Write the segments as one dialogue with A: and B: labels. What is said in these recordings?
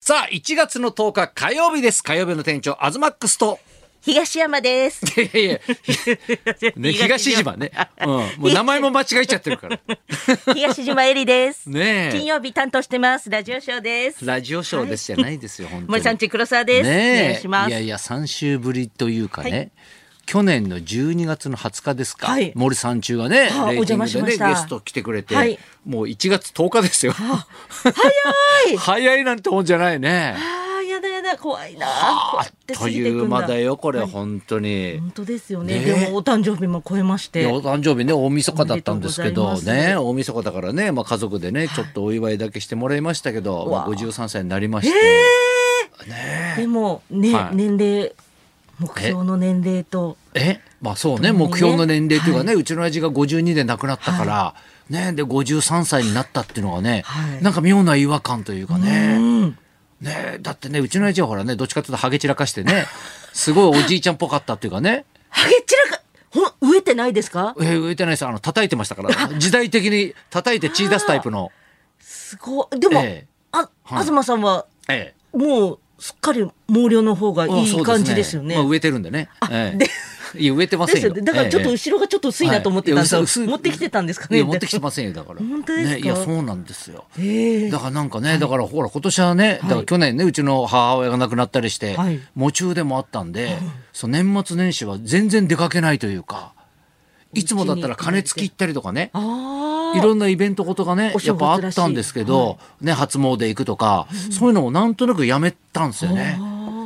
A: さあ、1月の10日火曜日です。火曜日の店長、アズマックスと。
B: 東山です。
A: いやいや、 ね、東島ね。うん。もう名前も間違えちゃってるから。
B: 東島えりで す。
A: ねえ
B: 金曜日担当してます。ラジオショーです。
A: ラジオショーですじゃないですよ、本当に。
B: 森さんち黒沢です。
A: ねえ
B: お願いします。
A: やいや、3週ぶりというかね。去年の12月の20日ですか、
B: はい
A: 森さん中がね、
B: はあ
A: レーティングで
B: お邪魔
A: ね
B: しました
A: ゲスト来てくれて、
B: はい
A: もう1月10日ですよ。
B: 早い。
A: 早いなんてもんじゃないね。
B: ああ、やだやだ、怖いな。こうやって過
A: と
B: ぎてくん
A: いう間だよ、これ、
B: はい
A: 本当に。
B: 本当ですよね。
A: ねえ
B: でも、お誕生日も超えまし
A: い
B: て。
A: やお誕生日ね大晦日だったんですけ
B: おめ
A: ど
B: でとうござい
A: ね
B: ま
A: 大晦日だからね、まあ、家族でねちょっとお祝いだけしてもらいましたけど、まあ、
B: わあ
A: 53歳になりまし
B: え
A: て、
B: えでも、ね、
A: はい
B: 年齢。目標の年齢と。
A: えまあそうね
B: どうもね
A: 目標の年齢というかね、うちの親父が52で亡くなったから、ねで53歳になったっていうのがね、
B: はい
A: なんか妙な違和感というか
B: う
A: ね,、
B: ん。
A: ねだってねうちの親父はほらねどっちかというとハゲ散らかしてねすごいおじいちゃんっぽかったっていうかね
B: ハゲ散らか。ほん、飢えてないですか。
A: えー言ってないですあの叩いてましたから時代的に叩いて血出すタイプの。
B: すごい。でも
A: ええ。
B: あ、
A: はい
B: 東さんは。
A: ええ
B: もう。すっかり毛量の方がいい感じですよね。
A: まあ、植えてるんでね。ええいや植えてませ
B: で
A: んよ。
B: すよね。だからちょっと
A: ええ
B: 後ろがちょっと薄いなと思ってたんです
A: は
B: よ
A: いいや薄い薄い
B: 持ってきてたんですか
A: い
B: ね。
A: や持ってきてませんよだから。
B: 本当ですか
A: ね、いやそうなんですよ。
B: へえ
A: だからなんかね、だからほら今年はね、だから去年ねうちの母親が亡くなったりして、
B: はい
A: 喪中でもあったんで、そう年末年始は全然出かけないというか、いつもだったら鐘つき行ったりとかね。
B: あ
A: いろんなイベントことがねや
B: お正
A: っぱあ
B: 月
A: っ
B: らしい
A: たんですけど、ね、初詣行くとか、そういうのをなんとなくやめたんですよね。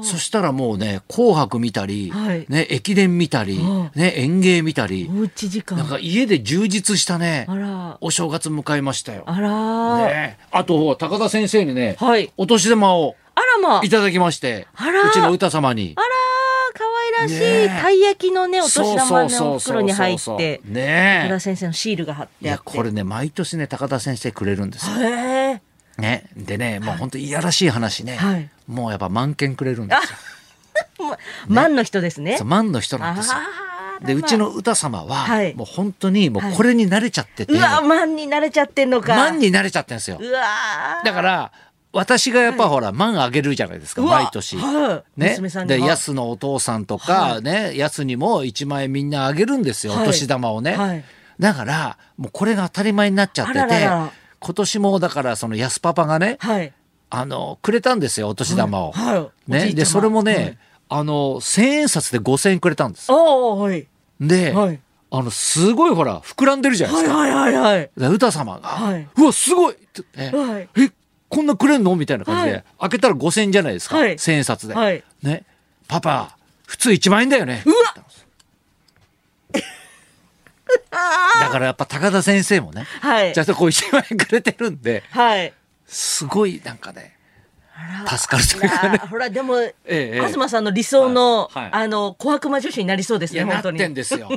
A: そしたらもうね「紅白」見たり、
B: はい
A: ね、駅伝見たり、
B: ん
A: ね、演芸見たり
B: あ。おうち時
A: なん
B: 間。
A: か家で充実したね
B: あら
A: お正月迎えましたよ。
B: あら、
A: ね、あと高田先生にね、
B: はい
A: お年玉を
B: あらまあ
A: いただきまして
B: あら
A: うちの歌様に
B: あ。ら可愛らしい、
A: ねえ
B: たい焼きのねお年玉の
A: そうそうそうそう
B: 袋に入って
A: ね
B: 高
A: え
B: 田先生のシールが貼っ
A: い
B: てあ
A: や
B: って。
A: これね毎年ね高田先生くれるんですよ。
B: へえ
A: ね、でね、もう本当いやらしい話ね、
B: はい
A: もうやっぱ満件くれるんですよ。
B: ま万の人ですね
A: そう。万の人なんですよ。
B: あー
A: で、うちの
B: ま
A: 歌様は、
B: はい
A: もう本当にもうこれに慣れちゃってて、
B: あうわ万に慣れちゃってんのか。
A: 万に慣れちゃってるんですよ。
B: うわー
A: だから、私がやっぱほら、万あげるじゃないですか、
B: うわ
A: 毎年。
B: はい
A: ね
B: 娘さ、んに
A: で、
B: はい
A: やすのお父さんとか、ね、やすにも1万円みんなあげるんですよ、
B: はい
A: お年玉をね。
B: はい
A: だから、もうこれが当たり前になっちゃってて、
B: あららら
A: 今年もだから、そのやすパパがね、
B: はい。
A: あの、くれたんですよ、お年玉を。
B: はいはいおじいちゃ
A: ね。
B: ま
A: で、それもね、
B: はい
A: あの、千円札で五千円くれたんです。
B: おおはい。
A: で、
B: はい
A: あの、すごいほら、膨らんでるじゃないで
B: は
A: す
B: い
A: か。
B: はいはいはい。
A: で歌様が、
B: はいう
A: わ、すごいって言って、
B: はい
A: え、こんなくれんのみたいな感じで、
B: はい
A: 開けたら五千円じゃないですか。
B: はい
A: 千円札で、
B: はい
A: ね。パパ、普通一万円だよね。 だからやっぱ高田先生もね、
B: はい
A: じゃあこう一万円くれてるんで、
B: はい。
A: すごいなんかね、助かるというかね。
B: あーほら、でも、
A: ええ
B: 東さんの理想の、
A: はいはい
B: あの、小悪魔女子になりそうです
A: い
B: ね、
A: やな
B: 本
A: っ
B: 当に。
A: てんです よ。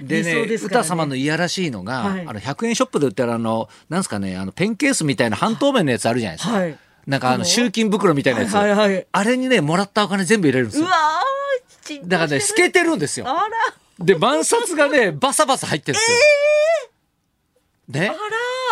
A: で
B: 理想
A: ね
B: ですからね
A: 歌様のいやらしいのが、
B: はい
A: あの100円ショップで売ってるあのなんですかねあのペンケースみたいな半透明のやつあるじゃないですか、
B: はい
A: なんかあ
B: あ
A: の
B: の
A: 集金袋みたいなやつ、
B: はいはいはい
A: あれにねもらったお金全部入れるんです
B: う
A: よ
B: わー、ちっちゃい
A: だからね透けてるんですよ
B: あら、
A: で万札がねバサバサ入ってるんですよ、ね、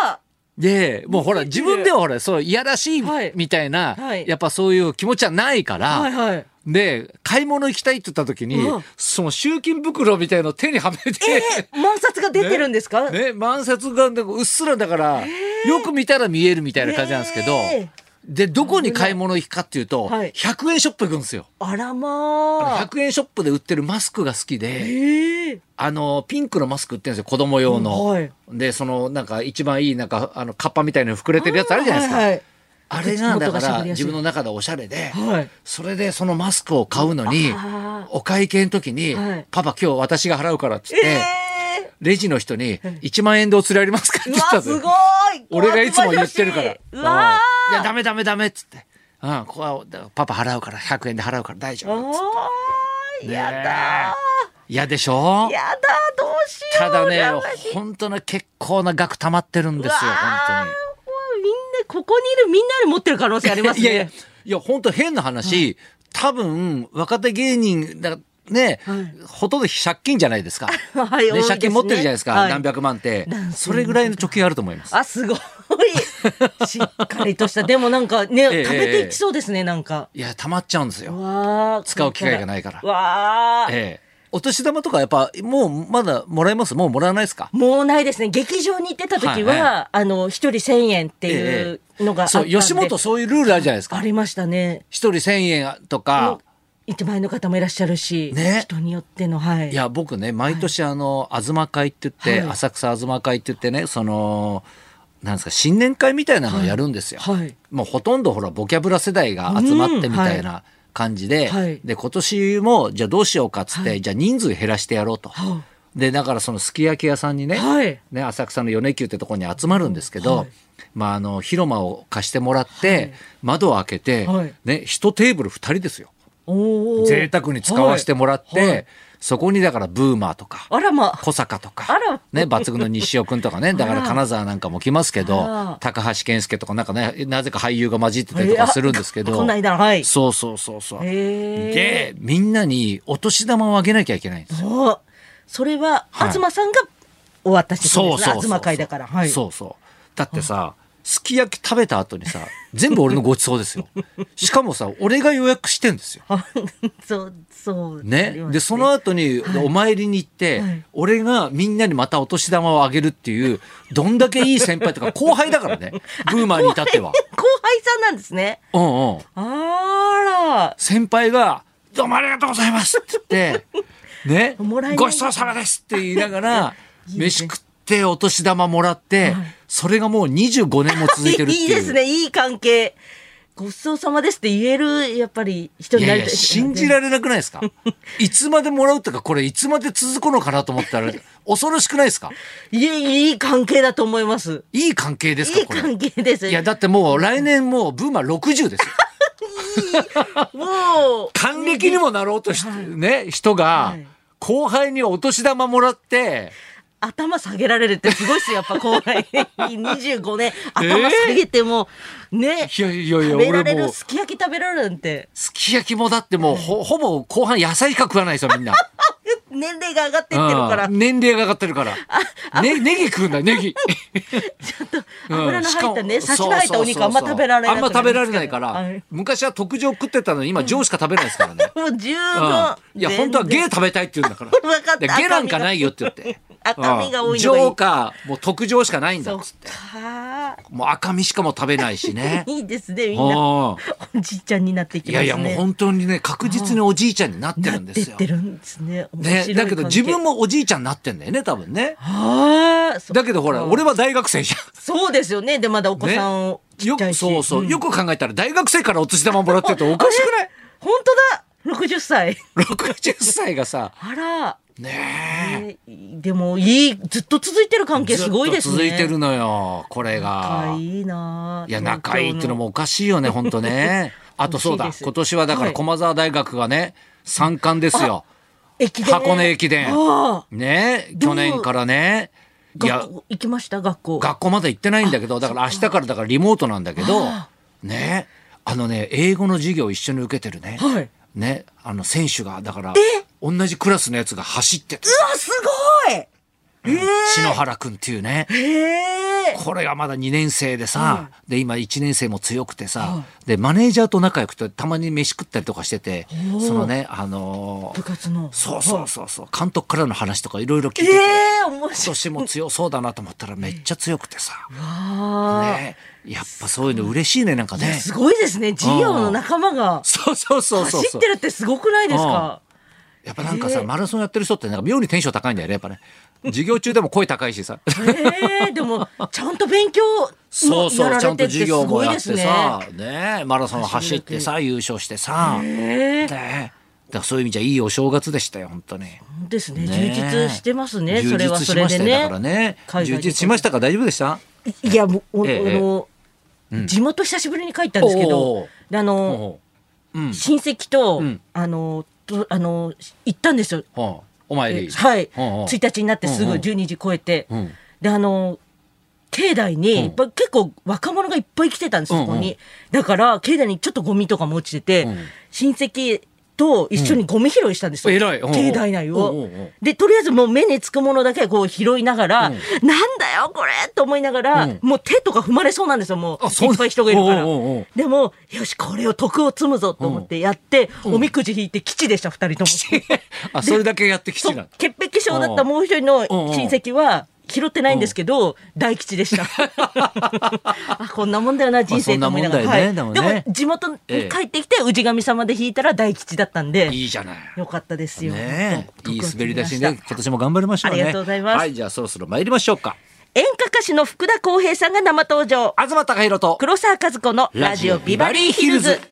B: あら、
A: でもうほら
B: 見せ
A: 自
B: てる
A: 分ではほらそういやらしい
B: はい
A: みたいな、
B: はい
A: やっぱそういう気持ちはないから、
B: はいはい。
A: で買い物行きたいって言った時に、
B: うん
A: その集金袋みたいのを手にはめて、
B: え、満札が出てるんですか、
A: ね、満札がなんかうっすらだから、よく見たら見えるみたいな感じなんですけど、
B: え
A: で、どこに買い物行くかっていうと、
B: はい
A: 100円ショップ行くんですよ。
B: あらまあ。
A: 100円ショップで売ってるマスクが好きで、
B: ええ
A: あの、ピンクのマスク売ってるんですよ、子供用の。
B: うんはい
A: で、その、なんか一番いい、なんか、あの、カッパみたいなの膨れてるやつあるじゃないですか。
B: はいはい
A: あれが、だか
B: 口元が
A: ら
B: 喋りやす
A: 自
B: い
A: 分の中でおしゃれで、
B: はい
A: それでそのマスクを買うのに
B: あ、ー
A: お会計の時に、
B: はい
A: パパ今日私が払うからって言って、
B: ええ
A: レジの人に1万円でお釣りありますかって
B: う
A: 言った
B: わ、
A: んだよ
B: すごい
A: 俺がいつも言ってるから。
B: うわ
A: うんいや、
B: ー
A: ダメダメダメっつって。うん、ここはだからパパ払うから、100円で払うから大丈夫っつっ
B: あ
A: て。
B: ーやだ
A: ー。嫌でしょ
B: ーやだーどうしよう
A: ただね
B: 羨ましい、
A: 本当の結構な額溜まってるんですよ、
B: うわー
A: 本当に。
B: みんなここにいるみんなより持ってる可能 性ありますね。
A: いやいや、いや、本当変な話、多分、若手芸人だ、ね、
B: はい
A: ほとんど借金じゃないですか。
B: はい多いです
A: 借
B: ね
A: 金持ってるじゃないですか、
B: はい
A: 何百万って
B: 何千万。
A: それぐらいの貯金あると思います。
B: あすごいしっかり とした。でもなんかね、
A: ええ
B: 食べていきそうですね、なんか。
A: いや、溜まっちゃうんですよ。
B: わあ。
A: 使う機会がないから
B: わあ。
A: ええ。お年玉とかやっぱ、もうまだもらえますもうもらわないですか
B: もうないですね。劇場に行ってた時は、
A: はいは
B: あの、一人千円っていうのがあった
A: そ
B: ん
A: う、
B: で、
A: 吉本そういうルールあるじゃないです
B: あ
A: か。
B: りましたね。
A: 一人千円と
B: あ
A: か、
B: 一枚の方もいらっしゃるし、
A: ね
B: 人によっての、はい。
A: いや、僕ね、毎年あの、東会って言って、
B: はい
A: 浅草東会って言ってね、その、なんですか、新年会みたいなのをやるんですよ。
B: はい。
A: もうほとんどほらボキャブラ世代が集まってみたい
B: うん
A: な感じで、
B: はい
A: で今年もじゃあどうしようかっつって、
B: はい
A: じゃあ人数減らしてやろうと、
B: は
A: でだからそのすき焼き屋さんにね,、
B: はい
A: ね浅草の米久ってとこに集まるんですけど、
B: はい
A: まあ、あの広間を貸してもらって、窓を開けて、
B: はい
A: ね、一テーブル二人ですよ
B: おお。
A: 贅沢に使わせてもらって、
B: はいはい
A: そこにだからブーマーとか
B: あらまあ。
A: 小坂と
B: あ、
A: からね、抜群の西尾くんとか ね、だから金沢なんかも来ますけ
B: あ
A: ど
B: ら、
A: 高橋健介とかなんかね、なぜか俳優が混じってたりとかするんですけ
B: えーあ
A: ど
B: こ、ないだ、はい。
A: そうそうそうそう。
B: へ
A: で、みんなにお年玉をあげなきゃいけないんですよ。
B: おそれは、
A: はい
B: 東さんが終わった時
A: そう
B: です
A: そ
B: ね。
A: うそう。
B: 東会だから。はい。
A: そうそう。だってさ、すき焼き食べた後にさ、全部俺のごちそうです よ。しかもさ、俺が予約してんですよ。
B: あ そう、そう。あり
A: ね
B: ま、す
A: でその後にお参りに行って、
B: はい
A: 俺がみんなにまたお年玉をあげるっていうどんだけいい先輩と か後輩だからねブーマーに至っては
B: 後。輩さんなんですね。
A: うんうん、
B: あ
A: 先輩が「どうもありがとうございます」って言って、ね
B: もらえない
A: ごちそうさまです」って言いながら
B: いいです
A: 飯
B: ね
A: 食ってお年玉もらって、それがもう25年も続
B: ら。
A: いてるっていう。
B: い いですね。いい関係。ごちそうさまですって言える、やっぱり人
A: い
B: にな
A: やい
B: り
A: や
B: たい。
A: 信じられなくないです かいつまでもらうとかこれいつまで続くのかなと思ったら恐ろしくないですか
B: いやいい関係だと思います。
A: いい関係ですか
B: いい
A: これ
B: 関係です。
A: いや、だってもう来年もうブーマー60ですよ。
B: もう。
A: 還暦にもなろうとして、ね、人が
B: はい、
A: 後輩にお年玉もらって、
B: 頭下げられるってすごいっすよやっぱ後輩 25年頭下げても、ね
A: いやいやいや、
B: 食べら
A: 俺
B: れ
A: も
B: る
A: う、
B: すき焼き食べられるなんて
A: すき焼きもだってもうほ、ほぼ後半野菜しか食わないですよ、みんな。
B: 年齢が上がってってるから、
A: うん年齢が上がってるから。ね、ネギ食うんだ、ネ ギ。うん
B: 油の入ったね
A: しかも
B: 差しの入ったお肉あんま食べられない
A: あんま食べられないから、
B: はい
A: 昔は特上食ってたのに今上しか食べないですからね。
B: もう十分、
A: うんいや、本当はゲー食べたいって言うんだから。
B: 分かった
A: でゲーなんかないよって言って。
B: 赤身が多い
A: ジ
B: のがいい
A: ョーか、もう特上しかないんだ
B: そ
A: っ
B: っ
A: つって。
B: か。
A: もう赤身しかも食べないしね
B: いいです ねみんな
A: うん
B: おじいちゃんになっていき
A: い
B: ま
A: や
B: すね
A: いや、もう本当にね、確実におじいちゃんになってるんです
B: な
A: よ
B: ってっ。てるんですね面白
A: ね、
B: い
A: だけど自分
B: も
A: もおじいちゃんになってんだよね、多分ね。
B: ああ
A: だけどほら、俺
B: は
A: は大学生じ
B: そうですよねでまだお
A: ゃん。
B: 子
A: ね
B: さんを、ちっ
A: よ
B: ちゃい
A: く、
B: し
A: そうそう。
B: ん
A: よく考えたら大学生からお年玉もらってるとおかしく ない
B: 本当だ60歳
A: ?60 歳がさ、
B: あら
A: ね
B: えーでもいいずっと続いてる関係
A: え。
B: すごいで
A: ず
B: すね。
A: っと続いてるのよ、これが
B: 仲。いいなあ。
A: いや、仲いいっての
B: も
A: もおかしいよね、本当ね。あとそう
B: お
A: だ
B: かしいで、す
A: 今年はだか
B: は
A: ら
B: い
A: 駒澤大学がね、三冠ですよ。
B: 駅伝
A: 箱根駅伝。
B: ああ
A: ね
B: どう
A: 去年からね。いや
B: 学、校行きました学校。
A: 学校まだ行ってないんだけど、だから明日からだからリモートなんだけど
B: あ、
A: ねあのね、英語の授業を一緒に受けてるね。
B: はい。
A: ね、あの選手が、だから、同じクラスのやつが走ってて、
B: うわすごい。え
A: 篠原くんっていうね。
B: えへえ。
A: これがまだ2年生でさ、で今1年生も強くてさ、でマネージャーと仲良くてたまに飯食ったりとかしてて
B: おー
A: そのねあのー
B: 部活の。
A: そうそうそうそう監督からの話とかいろいろ聞い
B: え
A: てて、
B: え面
A: 今
B: 白い。
A: 年も強そうだなと思ったらめっちゃ強くてさ、
B: ああ。
A: ね、やっぱそういうの嬉しいねなんか
B: いや
A: ね
B: すごいですね。授業の仲間が
A: そうそうそうそう
B: 走
A: そう
B: ってるってすごくないですか。
A: やっぱなんかさ、
B: えー
A: マラソンやってる人ってなんか妙にテンション高いんだよねやっぱね授業中でも声高いしさ
B: ええでもちゃんと勉強
A: そう
B: も
A: そ
B: や
A: う
B: ら
A: ちゃ
B: れ
A: ん
B: て
A: と
B: って
A: 授
B: す
A: 業も
B: ごい
A: やっ
B: で
A: て
B: すね。
A: さねマラソン走ってさ優勝してさ、
B: ええ
A: ねだからそういう意味じゃいいお正月でしたよ本当に。
B: ですね
A: ね
B: 充実してますねそれはそれで
A: 充実しましたよだから
B: ね
A: ね。
B: 海外
A: 充
B: 旅行
A: 実しましたか大丈夫でした？
B: いやもう、お
A: ええ
B: あの、地元久しぶりに帰ったんですけ
A: おうお
B: ど
A: う
B: であの、
A: おうん。
B: 親戚と、
A: ん
B: あのとあの行ったんですよ
A: ほうお参り。
B: はい、
A: ほうほう
B: 1日になってす
A: うんう
B: ぐ
A: ん
B: 12時超えて、
A: うん
B: であの境内
A: うん
B: に、ば結構若者がいっぱい来てたんです
A: うんう
B: そ
A: ん
B: こに、だから境内にちょっとゴミとかも落ちて
A: う
B: て、
A: ん
B: 親戚と一緒にゴミ拾いしたんです
A: う
B: よ。
A: ん偉いおうおう
B: 境内内
A: おうおうおう
B: を。で、とりあえずもう目につくものだけこう拾いながら、なんだよこれと思いながら、
A: うん
B: もう手とか踏まれそうなんですよ、もう。
A: あそう
B: いっぱい人がいるから。
A: おうおうおう
B: でも、よし、これを徳を積むぞと思ってやって、
A: うん
B: おみくじ引いて基地でした、二人とも。
A: あ、それだけやってき
B: そ
A: て
B: う
A: た。
B: 潔癖症だったもう一人の親戚は拾ってないんですけど、大吉でした。 あこんなもんだよな人生と思いながら、
A: まあそんな
B: は
A: もん
B: い
A: だ
B: で
A: よね
B: も地元に帰ってきて氏神様で引いたら大吉だったんで、
A: いいじゃない。
B: よかったですよ。
A: ねえ、いい
B: 得を
A: 滑り出し
B: 積みま
A: で、
B: た
A: 今年も頑張りましょうね。
B: ありがとうございます
A: はい、じゃあそろそろ参りましょうか。
B: 演歌歌手の福田康平さんが生登場。
A: 東隆弘と、
B: 黒沢和子のラジオビバリーヒルズ。